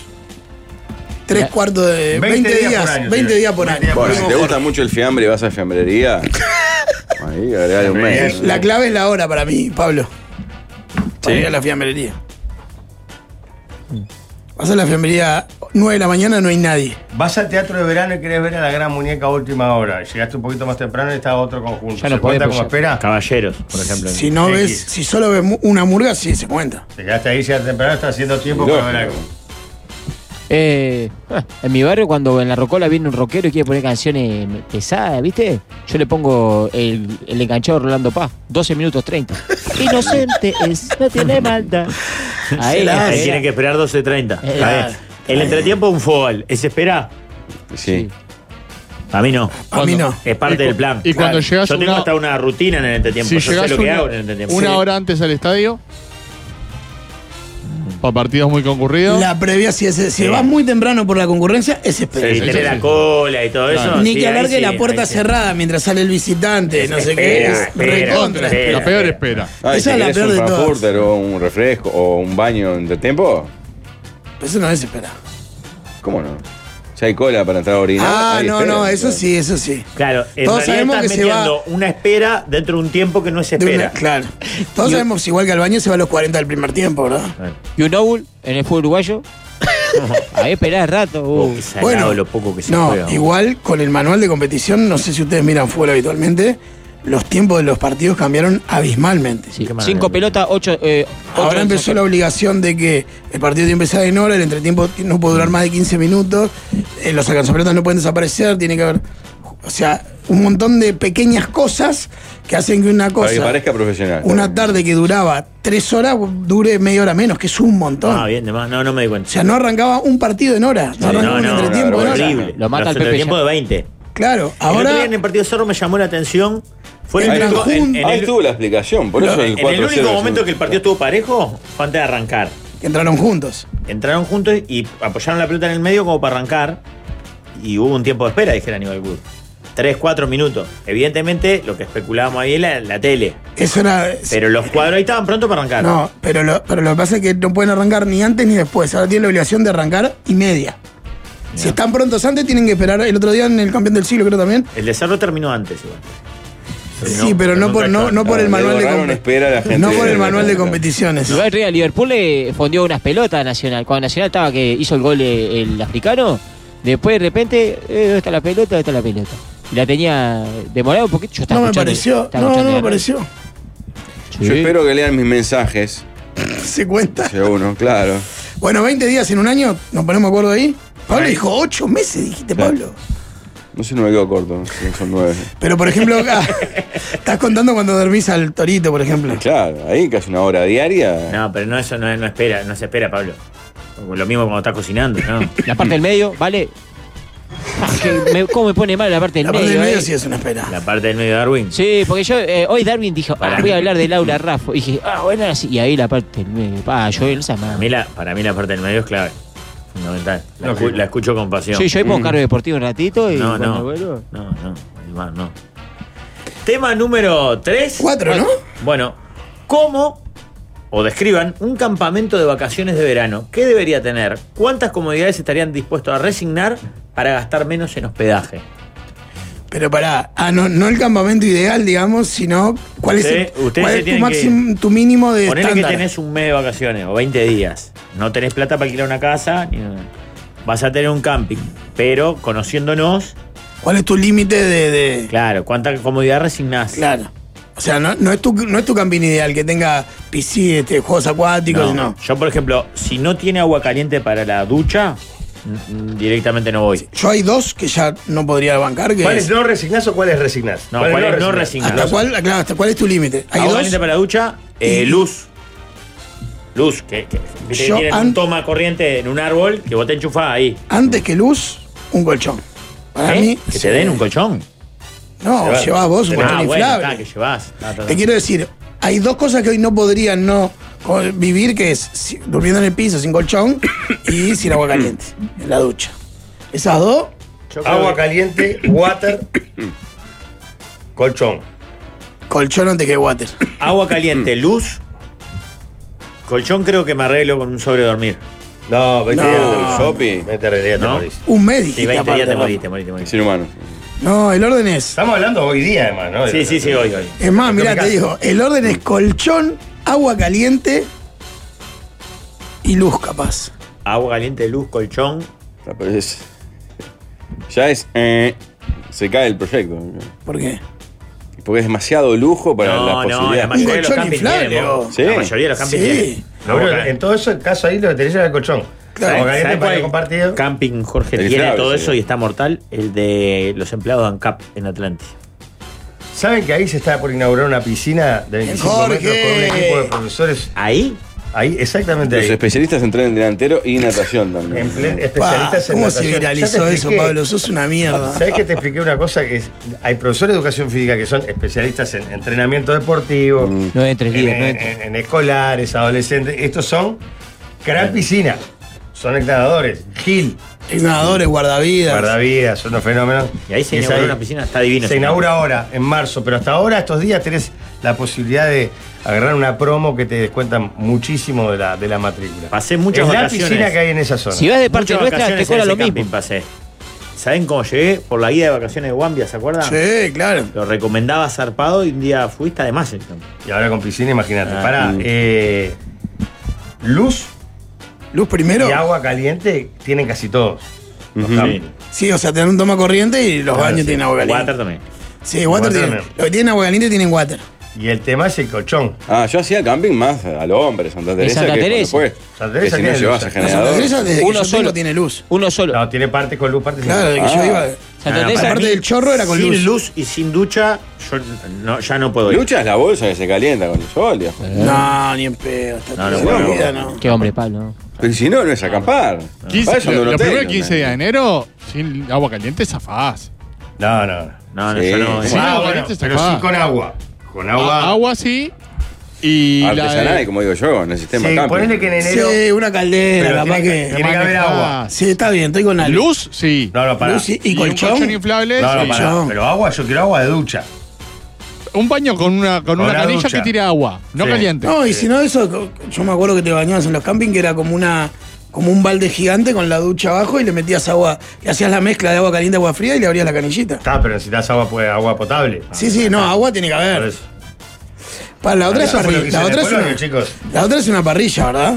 Tres cuartos de. 20 días,
por año,
20
sí.
días por
20
año.
Bueno, si te
Mejor.
gusta mucho el fiambre y vas a fiambrería, ahí agregale un mes.
La clave es la hora para mí, Pablo. Para ir a la fiambrería. Vas a la fiambrería 9 de la mañana, no hay nadie.
Vas al teatro de verano y querés ver a la gran muñeca a última hora. Llegaste un poquito más temprano y está otro conjunto.
Ya no
¿Se
podés,
cuenta como
pues
espera?
Caballeros, por ejemplo.
Si no
X.
ves, si solo ves mu- una murga, sí se cuenta.
Te quedaste ahí, llegaste temprano, estás haciendo tiempo
Lógico.
para ver algo.
Eh, en mi barrio, cuando en la rocola viene un rockero y quiere poner canciones pesadas, ¿viste? Yo le pongo el, el enganchado de Rolando Paz, 12 minutos 30. Inocente es, no tiene maldad. Ahí,
Se la
ahí
hace.
Tienen que esperar 12.30.
Eh,
Está bien.
ah,
El entretiempo es un fútbol. ¿Es espera?
Sí.
A mí no.
A mí no.
Es parte
Y cu-
del plan.
y cuando
Yo
llegas
tengo
una-
hasta una rutina en el entretiempo.
Si
Yo sé
llegas
lo que
una,
hago en el entretiempo.
una
Sí.
hora antes al estadio, para partidos muy concurridos,
La previa, si, es, si
Sí.
vas muy temprano por la concurrencia, es
Sí,
esperar.
Sí, sí,
tener
sí,
la
sí.
cola y todo eso.
Ni
sí,
que
ahí
alargue
sí,
la
ahí
puerta
sí.
cerrada mientras sale el visitante, no sé qué.
espera,
Es
espera,
recontra.
contra,
espera,
la peor
espera.
espera.
Ah, y
Esa
si
es la
querés
peor
un
de todas.
transporter o un refresco o un baño entre tiempo,
Eso no es esperar.
¿cómo no? Si hay cola para entrar a orinar.
Ah,
ahí
no,
esperan,
no, eso
claro.
sí, eso sí.
Claro, en
Todos
realidad
sabemos
estás
que se va-
metiendo una espera dentro de un tiempo que no es
De una-
espera.
claro. Todos sabemos igual que al baño se va a los 40 del primer tiempo, ¿verdad?
Y un Owl en el fútbol uruguayo. Ahí esperás rato. uh.
Oh, qué salado lo poco que se
no,
juega.
igual con el manual de competición, no sé si ustedes miran fútbol habitualmente, los tiempos de los partidos cambiaron abismalmente.
Sí,
Qué maravilla.
Cinco pelotas, ocho. eh, ocho
Ahora empezó la obligación de que el partido tiene que empezar en hora, el entretiempo no puede durar más de 15 minutos, eh, los alcanzapelotas no pueden desaparecer, tiene que haber, o sea, un montón de pequeñas cosas que hacen que una
Para que
cosa,
parezca profesional.
una tarde que duraba tres horas, dure media hora menos, que es un montón.
Ah, bien, de más. No, no me di cuenta.
O sea, no arrancaba un partido en hora, no
no,
arrancaba
no,
un
no,
entretiempo en hora.
horrible.
Lo mata
Los
al Pepe
entretiempos
ya.
de 20.
Claro,
El otro
ahora...
día en el partido Zorro me llamó la atención. Fue en el
Entran
único- en- en
Ahí
el-
tuvo la explicación, por eso el
en el
4-0
único
es
momento
un-
que el partido estuvo parejo fue antes de arrancar.
que entraron juntos.
Entraron juntos y apoyaron la pelota en el medio como para arrancar. Y hubo un tiempo de espera, dijera Aníbal Wood. Tres, cuatro minutos. Evidentemente, lo que especulábamos ahí era la tele.
Eso era.
Pero los cuadros ahí estaban pronto para arrancar.
no, pero lo, pero lo que pasa es que no pueden arrancar ni antes ni después. Ahora tienen la obligación de arrancar y media. Si están prontos antes, tienen que esperar. El otro día en el campeón del siglo, creo también.
El de Cerro terminó antes, igual. Terminó-
sí, pero no
terminó
por, no, no por
Ah,
el
le
manual de
borraron espera a la gente
competiciones. No por
de-
el manual de
de-
competiciones.
Igual arriba Liverpool le fondió unas pelotas a Nacional. Cuando Nacional estaba que hizo el gol eh, el, africano, Después de repente, eh, ¿dónde está la pelota? ¿Dónde está la pelota? Y la tenía demorada un poquito. Yo estaba
No me
escuchando-
pareció.
estaba
No, no
escuchando
me
la radio.
pareció.
Sí.
Yo espero que lean mis mensajes.
Se cuenta.
Llegó uno, claro.
Bueno, 20 días en un año, nos ponemos de acuerdo ahí. Pablo dijo 8 meses, dijiste,
Claro.
Pablo.
No sé si no me quedo corto, si son nueve.
Pero por ejemplo, acá, estás contando cuando dormís al torito, por ejemplo.
Claro, ahí casi una hora diaria.
No, pero no, eso no, no espera, no se espera, Pablo. Lo mismo cuando estás cocinando, ¿no?
La parte del medio, ¿vale? Ah, que me- ¿Cómo me pone mal la parte del
La parte
medio?
del medio
eh?
sí es una espera.
La parte del medio de Darwin.
Sí, porque yo eh, hoy Darwin dijo, ah,
Para.
voy a hablar del aula Rafa. Y dije, ah, bueno, ahora sí. Y ahí la parte del medio. Ah, yo no sé
Para
más.
mí, la, para mí la parte del medio es clave. Fundamental. La,
No,
escu-
sí.
la escucho con pasión.
Sí, yo hoy pongo cargo deportivo un ratito y
no,
cuando
no,
vuelvo.
no, no, Iván, no. Tema número 3.
Cuatro, ¿no?
Bueno, ¿cómo o describan un campamento de vacaciones de verano? ¿Qué debería tener? ¿Cuántas comodidades estarían dispuestos a resignar para gastar menos en hospedaje?
Pero pará, ah, no, no el campamento ideal, digamos, sino cuál es, el-
Ustedes- ustedes
cuál
se
es tu,
tienen que-
máximo, tu mínimo de
Ponele que
estándar.
tenés un mes de vacaciones o 20 días. No tenés plata para alquilar una casa. ni nada. Vas a tener un camping. Pero conociéndonos,
¿Cuál es tu límite de, de-
claro, ¿cuánta comodidad resignás?
Claro. O sea, no, no es tu, no es tu camping ideal que tenga piscina, este, juegos acuáticos, no.
Yo, por ejemplo, si no tiene agua caliente para la ducha, mm, mm, directamente no voy.
Yo hay dos que ya no podría bancar. Que
¿Cuáles
es-
no resignás o cuáles resignás?
No, ¿cuáles no resignás?
¿Hasta cuál, ah, claro, ¿Hasta cuál es tu límite? Hay
Agua
dos.
caliente para la ducha, eh,
Y-
luz. Luz, que, que- que
Yo
tienen
an-
un toma corriente en un árbol que vos te enchufás ahí.
Antes que luz, un colchón. Para
¿Eh?
mí.
que
sí.
te den un colchón.
No,
Llevar.
llevás vos un
Ah,
colchón
bueno,
inflable.
está, que llevas.
Te Eh, quiero decir, hay dos cosas que hoy no podrían no co- vivir, que es si- durmiendo en el piso sin colchón y sin agua caliente, en la ducha. Esas dos,
Agua caliente, water, colchón.
colchón antes que water.
Agua caliente, luz. Colchón creo que me arreglo con un sobre dormir.
No, vete
No.
a
Sopi,
Vete a realidad, te
No.
morís.
Un mes, dijiste,
Sí, 20
aparte,
días te
Rafa.
morís, te morís, te morís.
ser humano.
No, el orden es...
Estamos hablando hoy día, además, ¿no?
Sí, sí, sí, hoy, hoy.
Es más, mirá,
Tropicales.
te digo, el orden es colchón, agua caliente y luz, capaz.
Agua caliente, luz, colchón.
Ya, Ah, pero es- ya es. eh, se cae el proyecto.
¿Por qué?
Porque es demasiado lujo para
no,
las
no, la
posibilidades.
mayoría de los
colchón
campings
inflable,
tienen.
vos.
vos.
Sí.
La mayoría de los campings
Sí.
tienen.
No, pero
Agua caliente.
en todo eso, el caso ahí lo que tenés es el colchón.
Claro.
Agua
¿Sabes
caliente,
cuál?
baño compartido.
Camping Jorge
El
tiene
inflable,
todo
sí.
eso y está mortal el de los empleados de ANCAP en Atlántida.
¿Saben que ahí se está por inaugurar una piscina de 25
Jorge.
metros con un equipo de profesores?
Ahí
Ahí, exactamente
Los
ahí.
especialistas en tren delantero y natación
En ple-
también.
Pa,
Especialistas en
¿Cómo se
natación.
viralizó
Ya te
eso,
expliqué.
Pablo? Sos una mierda.
¿Sabes que te expliqué una cosa? Que es- hay profesores de educación física que son especialistas en entrenamiento deportivo,
No entres,
en,
líder, no
en-
entres.
en escolares, adolescentes. Estos son gran piscina. Son entrenadores. Gil,
Nadadores, guardavidas.
guardavidas, son unos fenómenos.
Y ahí se
es
inauguró una piscina, está divino.
Se inaugura ahora, en marzo, pero hasta ahora, estos días, tenés la posibilidad de agarrar una promo que te descuentan muchísimo de la, de la matrícula.
Pasé muchas
es
vacaciones.
la piscina que hay en esa zona.
Si vas de parte
Muchas
nuestra, te
vacaciones
cobra
en
lo
ese
mismo.
camping pasé. ¿Saben cómo llegué? Por la guía de vacaciones de Guambia, ¿se acuerdan?
Sí, claro.
Lo recomendaba zarpado y un día fuiste además el camping.
Y ahora con piscina, imagínate.
Ah.
Pará, eh, luz
Luz primero.
y agua caliente tienen casi todos. los campings.
Sí, o sea, tienen un toma corriente y los
Claro,
baños
sí.
tienen agua caliente.
Water también.
Sí, water,
Water
tienen.
también.
Los que tienen agua caliente tienen water.
Y el tema es el colchón.
Ah, yo hacía camping más al hombre, Santa Teresa.
Santa
que cuando
Teresa.
fue,
Santa Teresa
que si no
tiene
llevas
luz.
a
La Santa
generador.
Teresa desde que
Uno
yo
solo.
tengo, tiene luz.
Uno solo.
No, tiene partes con luz, partes sin
Claro, desde
luz.
que yo
Ah.
iba.
Santa
Ah,
Teresa,
para
Aparte
mí,
del chorro era con
sin
luz.
y sin ducha, yo no- ya no puedo ir.
Lucha es la bolsa que se calienta con el sol, viejo.
No, ni en pedo. está
No, no,
todo
bueno,
vida,
bueno.
no.
Qué hombre, Pablo.
Pero si no, no es acampar. Para
15,
eso ando
lo,
en
lo
hotel,
primero
¿no?
15 de enero, sin agua caliente, zafás.
No, no. no.
No, no,
Sí.
yo no.
Sí,
Ah,
agua
bueno,
caliente está
pero
acá.
sí con agua. Con
Ah, Agua,
Ah, agua.
sí. Y la de-
Artesanal, como digo yo, en el
Sí,
sistema camping.
ponele que en enero.
Sí, una caldera,
pero
capaz
tiene,
que.
que, tiene que haber agua.
Sí, está bien, estoy con la luz.
Ah, Luz, sí.
No, no, pará.
Luz y, y
Y
colchón.
un colchón inflable.
No, no,
sí.
pará.
Colchón.
Pero agua, yo quiero agua de ducha.
Un baño con una, con
Con
una
una
canilla
ducha.
que tire agua, no
Sí.
caliente.
No, y si no eso, co- yo me acuerdo que te bañabas en los campings que era como una como un balde gigante con la ducha abajo y le metías agua, le hacías la mezcla de agua caliente agua fría y le abrías la canillita.
Está, pero necesitas agua, pues, agua potable.
Sí, sí, no, agua tiene que
Por
haber.
eso.
Para la otra es
Eso fue lo que
parrilla,
hice
la
en el
otra es
pueblo,
una,
chicos.
la otra es una parrilla, ¿verdad?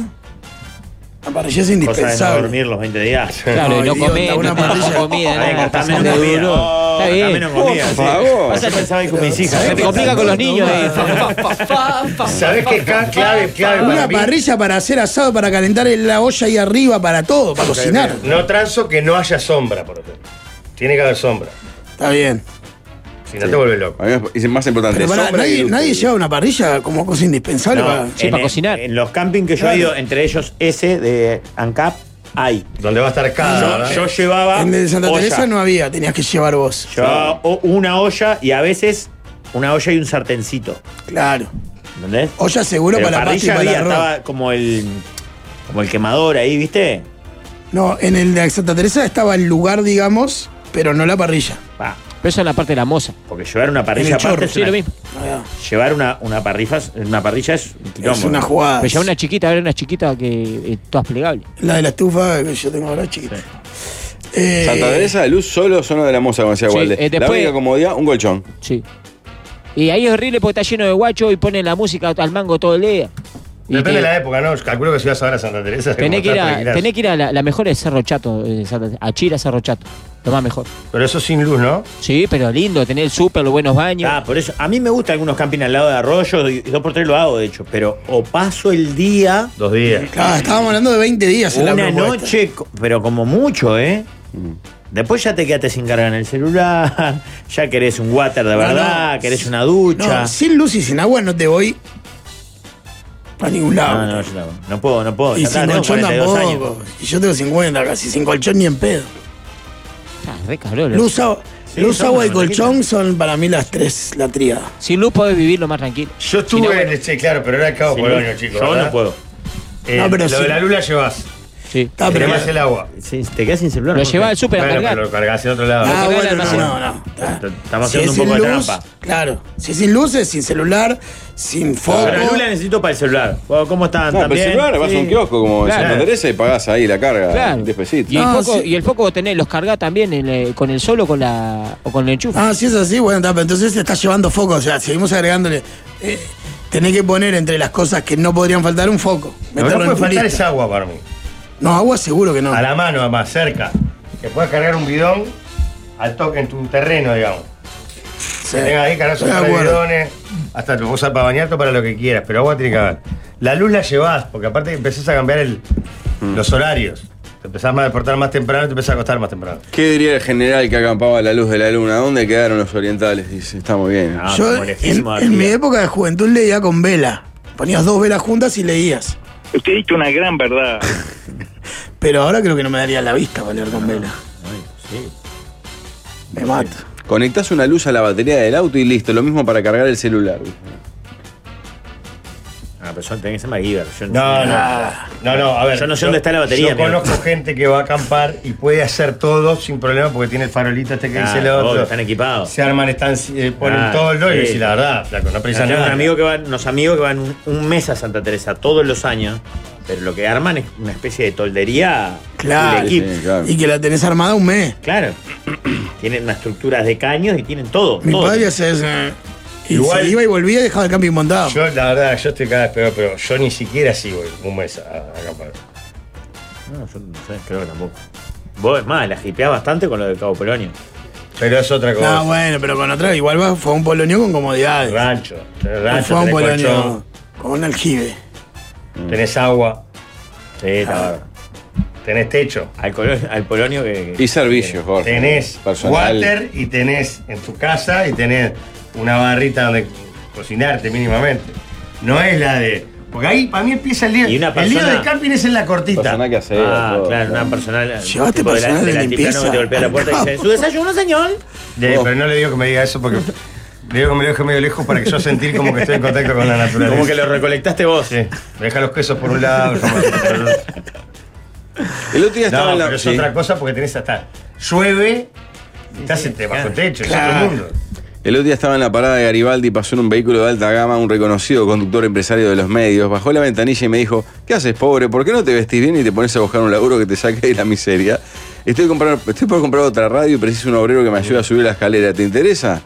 La parrilla es
Cosa de no
indispensable.
dormir los 20 días.
Claro,
No,
y no
idiota,
comés,
una
no tenés
parrilla.
comida,
Está bien,
nada,
gastame
pasás
en
de
comida.
duro. Está
Gastame
bien.
en comida, sí.
Por favor.
Pasa que pensaba que con mis hijas.
Se te complica con los niños. eh. Fa, fa, fa, fa, fa,
¿Sabés qué? Ca- Clave, clave. para
Una
mí,
parrilla para hacer asado, para calentar la olla ahí arriba, para todo, para cocinar.
No transo que no haya sombra, por ejemplo. Tiene que haber sombra.
Está bien.
Si no te vuelve loco.
A mí me- es más importante.
Pero pará,
sombra y
nadie,
luz.
nadie lleva una parrilla como cosa indispensable.
No,
para-
Sí,
en-
para cocinar.
En los campings que yo he ido, entre ellos ese de ANCAP, hay.
Donde va a estar cada. ¿verdad?
Yo llevaba.
Ah, En el de Santa
olla.
Teresa no había, tenías que llevar vos.
Llevaba o- una olla y a veces una olla y un sartencito.
Claro.
¿Entendés?
Olla seguro
Pero
para la pasta y
parrilla
para el
había,
arroz.
estaba como el. como el quemador ahí, ¿viste?
No, en el de Santa Teresa estaba el lugar, digamos, pero no la parrilla.
Va,
Pero eso es la parte de la moza.
porque llevar una parrilla
el
aparte
chorro,
es
sí,
una-
lo mismo.
Llevar una, una parrilla una parrilla es un quilombo.
es una jugada.
Pero ya una chiquita, ahora una chiquita que eh, todas plegables.
La de la estufa que yo tengo ahora chiquita. Eh,
Santa Teresa, Luz solo, zona de la moza, como decía
Sí,
Walde.
eh,
La
después-
única comodidad, un colchón.
Sí. Y ahí es horrible porque está lleno de guacho y ponen la música al mango todo el día. Y
Depende
te-
de la época, ¿no? Calculo que si vas ahora a Santa Teresa.
Tenés
como
que, ir
está,
a,
tranquilás.
tenés que ir a la, la mejor es Cerro Chato, eh, Santa- a Chira Cerro Chato. Lo más mejor.
Pero eso sin luz, ¿no?
Sí, pero lindo, tener el súper, los buenos baños.
Ah, por eso. A mí me gustan algunos campings al lado de arroyo, y y dos por tres lo hago, de hecho. Pero o paso el día,
Dos días.
claro, estábamos hablando de 20 días en la
una
propuesta. Mm.
noche, co- pero como mucho, ¿eh? Después ya te quedaste sin cargar en el celular, ya querés un water de
No,
verdad,
no.
querés una ducha.
No, sin luz y sin agua no te voy para ningún lado.
No, no, yo no, no puedo, no puedo.
y
ya está,
sin
tengo
colchón
42
tampoco.
años.
Y yo tengo 50 casi, sin colchón ni en pedo.
Está re cabrón.
Luz, agua-
Sí,
luz,
son
agua y
una maravilla.
colchón son para mí las tres, la tríada.
Sin luz podés vivir lo más tranquilo.
Yo estuve
Sin agua.
en el. Sí, claro, pero era el Cabo
Sí,
Polonio,
no,
chicos.
Yo
¿verdad?
no puedo.
Eh,
No, pero
lo
sí.
de la lula llevas.
Sí.
Está, pero-
Llevas el agua.
Sí, te quedas sin celular.
Lo
¿por qué?
llevas al súper a
Bueno,
cargar.
pero lo cargas en otro lado.
Ah,
cargar
bueno,
al
no,
almacén.
no, no. Está.
Ah, Estamos
Si
haciendo
es
un poco
sin
de
luz,
trampa.
Claro. Si es sin luces, sin celular, sin foco.
Pero la lula necesito para el celular. Bueno, ¿Cómo están?
No, pero
¿También?
el celular vas a un
Sí.
kiosco como en
Claro.
Santa Teresa y pagás ahí la carga.
Claro.
10 pesitos.
Y, el
No,
foco,
sí.
y el foco vos tenés, los cargás también en el- con el sol o con, la, o con el enchufe.
Ah, si es así, bueno, está, pero entonces se está llevando foco. O sea, seguimos agregándole. Eh, tenés que poner entre las cosas que no podrían faltar un foco.
Lo que no
Meterlo en
puede
tu
faltar es
lista.
agua para mí.
No, agua seguro que no.
A la mano, además, cerca. Que puedas cargar un bidón al toque en tu terreno, digamos.
Sí.
Que tengas ahí, cargas
Estoy
sus
de
tres
acuerdo.
bidones. Hasta tu usas para bañarte o para lo que quieras, pero agua tiene que haber. La luz la llevas, porque aparte empezás a cambiar el-
Mm.
los horarios. Te empezás a despertar más temprano y te empezás a acostar más temprano.
¿Qué diría el general que acampaba a la luz de la luna? ¿Dónde quedaron los orientales? Dice, está muy bien.
Ah,
Yo,
como
en,
lejísimo de
en
aquí.
mi época de juventud leía con vela. Ponías dos velas juntas y leías.
Usted dice una gran verdad.
Pero ahora creo que no me daría la vista para leer con vela. Me mato.
Conectás una luz a la batería del auto y listo. Lo mismo para cargar el celular.
Ah, pero yo tenés que ser MacGyver. Yo
No, no. No, no, a ver.
Ah. Yo no sé dónde está la batería,
Yo
amigo.
conozco gente que va a acampar y puede hacer todo sin problema porque tiene el farolito este que
Ah,
dice el otro.
obvio, están equipados.
Se arman, están, eh, ponen
Ah,
todo el rollo y
sí.
decís, la verdad, flaco, no
Yo
precisan
tengo
nada.
un amigo que van, unos amigos que van un, un mes a Santa Teresa todos los años, pero lo que arman es una especie de toldería
Claro.
del equipo.
Sí, claro.
Y que la tenés armada un mes.
Claro. Tienen unas estructuras de caños y tienen todo.
Mi
todo.
padre hacía eso. eh. Y
Igual-
se iba y volvía y dejaba el camping montado.
Yo, la verdad, yo estoy cada vez peor, pero yo ni siquiera sigo un mes a, a acampar.
No, yo no sé, creo que tampoco. Vos, es más, la hipeás bastante con lo del Cabo Polonio.
Pero es otra cosa.
Ah, bueno, pero con otra, igual va- fue un polonio con comodidades.
Rancho, tenés rancho,
fue un
tenés
polonio
colchón,
con un aljibe.
tenés agua,
Ah.
Sí, está bárbaro.
tenés techo,
Al, Colo- al Polonio que. que-
Y servicios, Jorge.
tenés
Personal.
water y tenés en tu casa y tenés una barrita donde cocinarte mínimamente. No es la de. Porque ahí para mí empieza el lío.
Y una
el lío
persona-
del camping es en la cortita.
Personal que hace.
Ah,
todo,
claro, una personal.
Llevaste
tipo
personal de
del
limpieza.
altiplano que te golpea la puerta y dice: ¿Su desayuno, señor?
De- pero no le digo que me diga eso porque le digo que me lo deje medio lejos para que yo sentir como que estoy en contacto con la naturaleza.
Como que lo recolectaste vos.
Sí, me deja los quesos por un lado. yo me-
El otro día estaba
No,
en la.
pero es
sí.
otra cosa porque tenés hasta llueve, estás este, bajo techo, es otro mundo.
El otro día estaba en la parada de Garibaldi y pasó en un vehículo de alta gama un reconocido conductor empresario de los medios. Bajó la ventanilla y me dijo, ¿qué haces, pobre? ¿Por qué no te vestís bien y te pones a buscar un laburo que te saque de la miseria? Estoy, comprar- estoy por comprar otra radio y preciso un obrero que me ayude a subir la escalera. ¿Te interesa?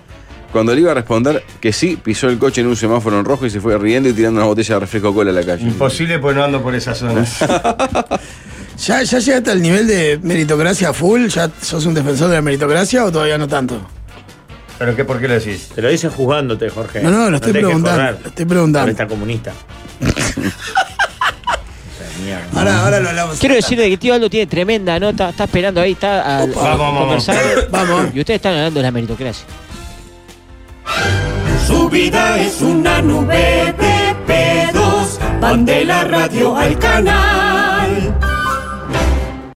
Cuando le iba a responder que sí, pisó el coche en un semáforo en rojo y se fue riendo y tirando una botella de refresco cola a la calle.
Imposible, pues no ando por esas zonas.
¿Ya, ¿Ya llegaste al nivel de meritocracia full? ¿Ya sos un defensor de la meritocracia o todavía no tanto?
¿Pero qué por qué lo decís?
Te lo dice juzgándote, Jorge.
No, no, lo estoy
tenés que
preguntando,
correr
lo estoy preguntando.
por esta comunista. O sea, mierda.
Ahora, ahora lo hablamos.
Quiero decirle que tío Aldo tiene tremenda nota, está esperando ahí, está a, a
Vamos, vamos,
conversar.
Vamos.
Y ustedes están hablando de la meritocracia.
Su vida es una nube de pedos. Van de la radio al canal.